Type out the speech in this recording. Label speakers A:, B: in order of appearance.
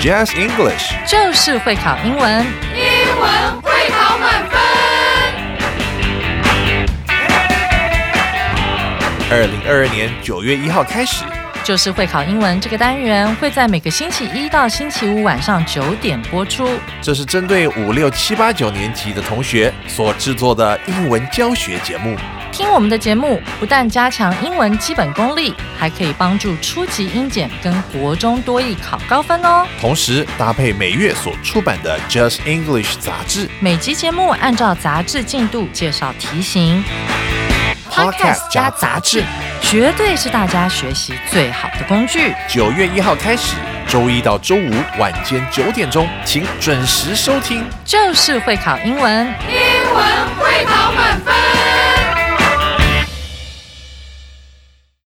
A: Jazz English。
B: 就是会考英文。
C: 英文会考满分。
A: 二零二二年九月一号开始，
B: 就是会考英文这个单元会在每个星期一到星期五晚上九点播出。
A: 这是针对五六七八九年级的同学所制作的英文教学节目。
B: 听我们的节目，不但加强英文基本功力，还可以帮助初级英检跟国中多益考高分哦。
A: 同时搭配每月所出版的《Just English》杂志
B: 每集节目按照杂志进度介绍题型绝对是大家学习最好的工具。
A: 九月一号开始，周一到周五晚间九点钟，请准时收听。
B: 就是会考英文。
C: 英文会考满分。